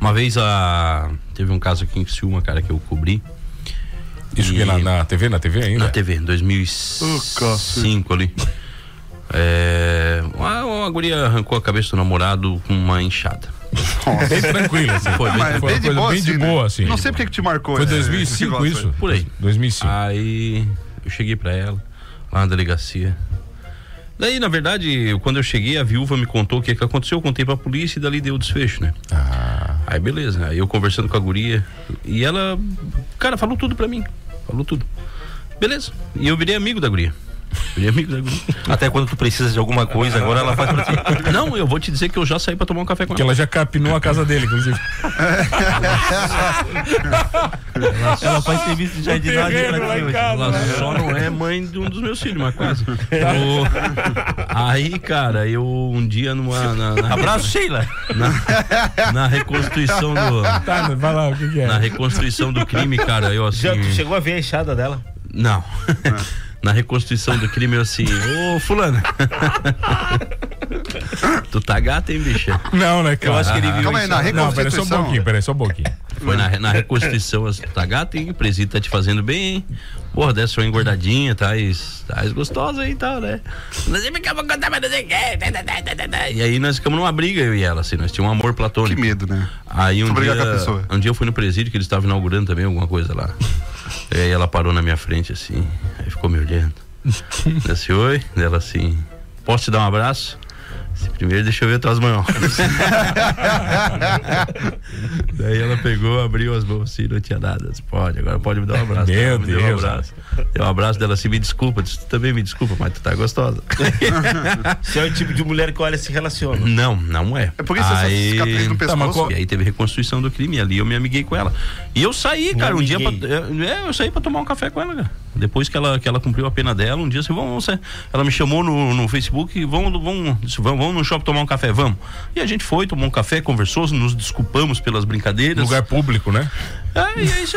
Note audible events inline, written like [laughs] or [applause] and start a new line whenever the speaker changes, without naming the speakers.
Uma vez a. Teve um caso aqui em Ciúma, cara, que eu cobri.
Isso que é na, na TV, na TV ainda?
Na TV, em 2005 ali. É, uma, uma guria arrancou a cabeça do namorado com uma enxada.
Bem tranquilo, assim.
Foi, bem-
Foi uma coisa bem de
né?
boa, assim.
Não sei porque que te marcou.
Foi
né?
2005
Esse
isso?
negócio
Por aí.
2005.
Aí eu cheguei pra ela, lá na delegacia. Daí, na verdade, quando eu cheguei, a viúva me contou o que, que aconteceu, eu contei pra polícia e dali deu o desfecho, né?
Ah,
Aí beleza, aí eu conversando com a guria e ela, cara, falou tudo pra mim. Falou tudo. Beleza. E eu virei amigo da guria. Virei amigo da guria.
[laughs] Até quando tu precisa de alguma coisa, agora ela faz pra ti.
Não, eu vou te dizer que eu já saí pra tomar um café com
que
ela.
ela já capinou a casa dele, inclusive.
Ela faz serviço de jardinagem
terreno lá
pra
em
ti hoje.
casa,
Ela só não é mãe de um dos meus filhos, mas quase. O- Aí, cara, eu um dia numa. Na, na-
Abraço, Sheila.
na reconstrução do.
Tá, vai lá, o que, que é?
Na reconstruição do crime, cara, eu assim.
Já tu chegou a ver a enxada dela?
Não. Na reconstrução do crime, eu assim, ô fulano. [laughs] tu tá gata, hein, bicha?
Não, né, cara?
Eu acho que ele
aí.
viu
Calma aí,
isso.
Não, peraí, só
na
um
reconstituição.
pouquinho, peraí, só um pouquinho.
Foi na, na reconstrução, assim, tu tá gata, hein? O presídio tá te fazendo bem, hein? Porra, dessa uma engordadinha, tá tá gostosa aí e tal, né? Nós sempre que eu vou contar, mas não sei o quê, tá, tá, tá, tá, tá. E aí nós ficamos numa briga, eu e ela, assim, nós tínhamos um amor
Que
platônico.
medo, né?
Aí um
Tu
dia,
brigar com a pessoa.
um dia eu fui no presídio que eles estavam inaugurando também alguma coisa lá. E aí ela parou na minha frente assim, aí ficou me
[laughs]
olhando. Eu disse, oi, dela assim, posso te dar um abraço? Disse, Primeiro deixa eu ver tuas mãos. [laughs] Daí ela pegou, abriu as mãos assim, não tinha nada. Eu Disse, pode, agora pode me dar um abraço.
Meu
Ela me Deu um
Deus.
abraço. Deu um abraço dela assim, me desculpa. Eu Disse, tu também me desculpa, mas tu tá
[laughs]
gostosa.
Você é o tipo de mulher que olha e se relaciona.
não, não é.
É porque essa cicatriz no
Tá, mas
pescoço.
qual-
E aí teve reconstrução do crime, e ali eu me amiguei com ela. E eu saí, cara, um dia. Pra,
amiguei.
é, eu saí pra tomar um café com ela, cara. Depois que ela, que ela cumpriu a pena dela, um dia assim, vamos, vamos sair. Ela me chamou no, no Facebook, vamos, vamos, disse, vamos, vamos no shopping tomar um café, vamos. E a gente foi, tomou um café, conversou, nos desculpamos pelas brincadeiras.
Lugar é público, né?
É, e é isso aí.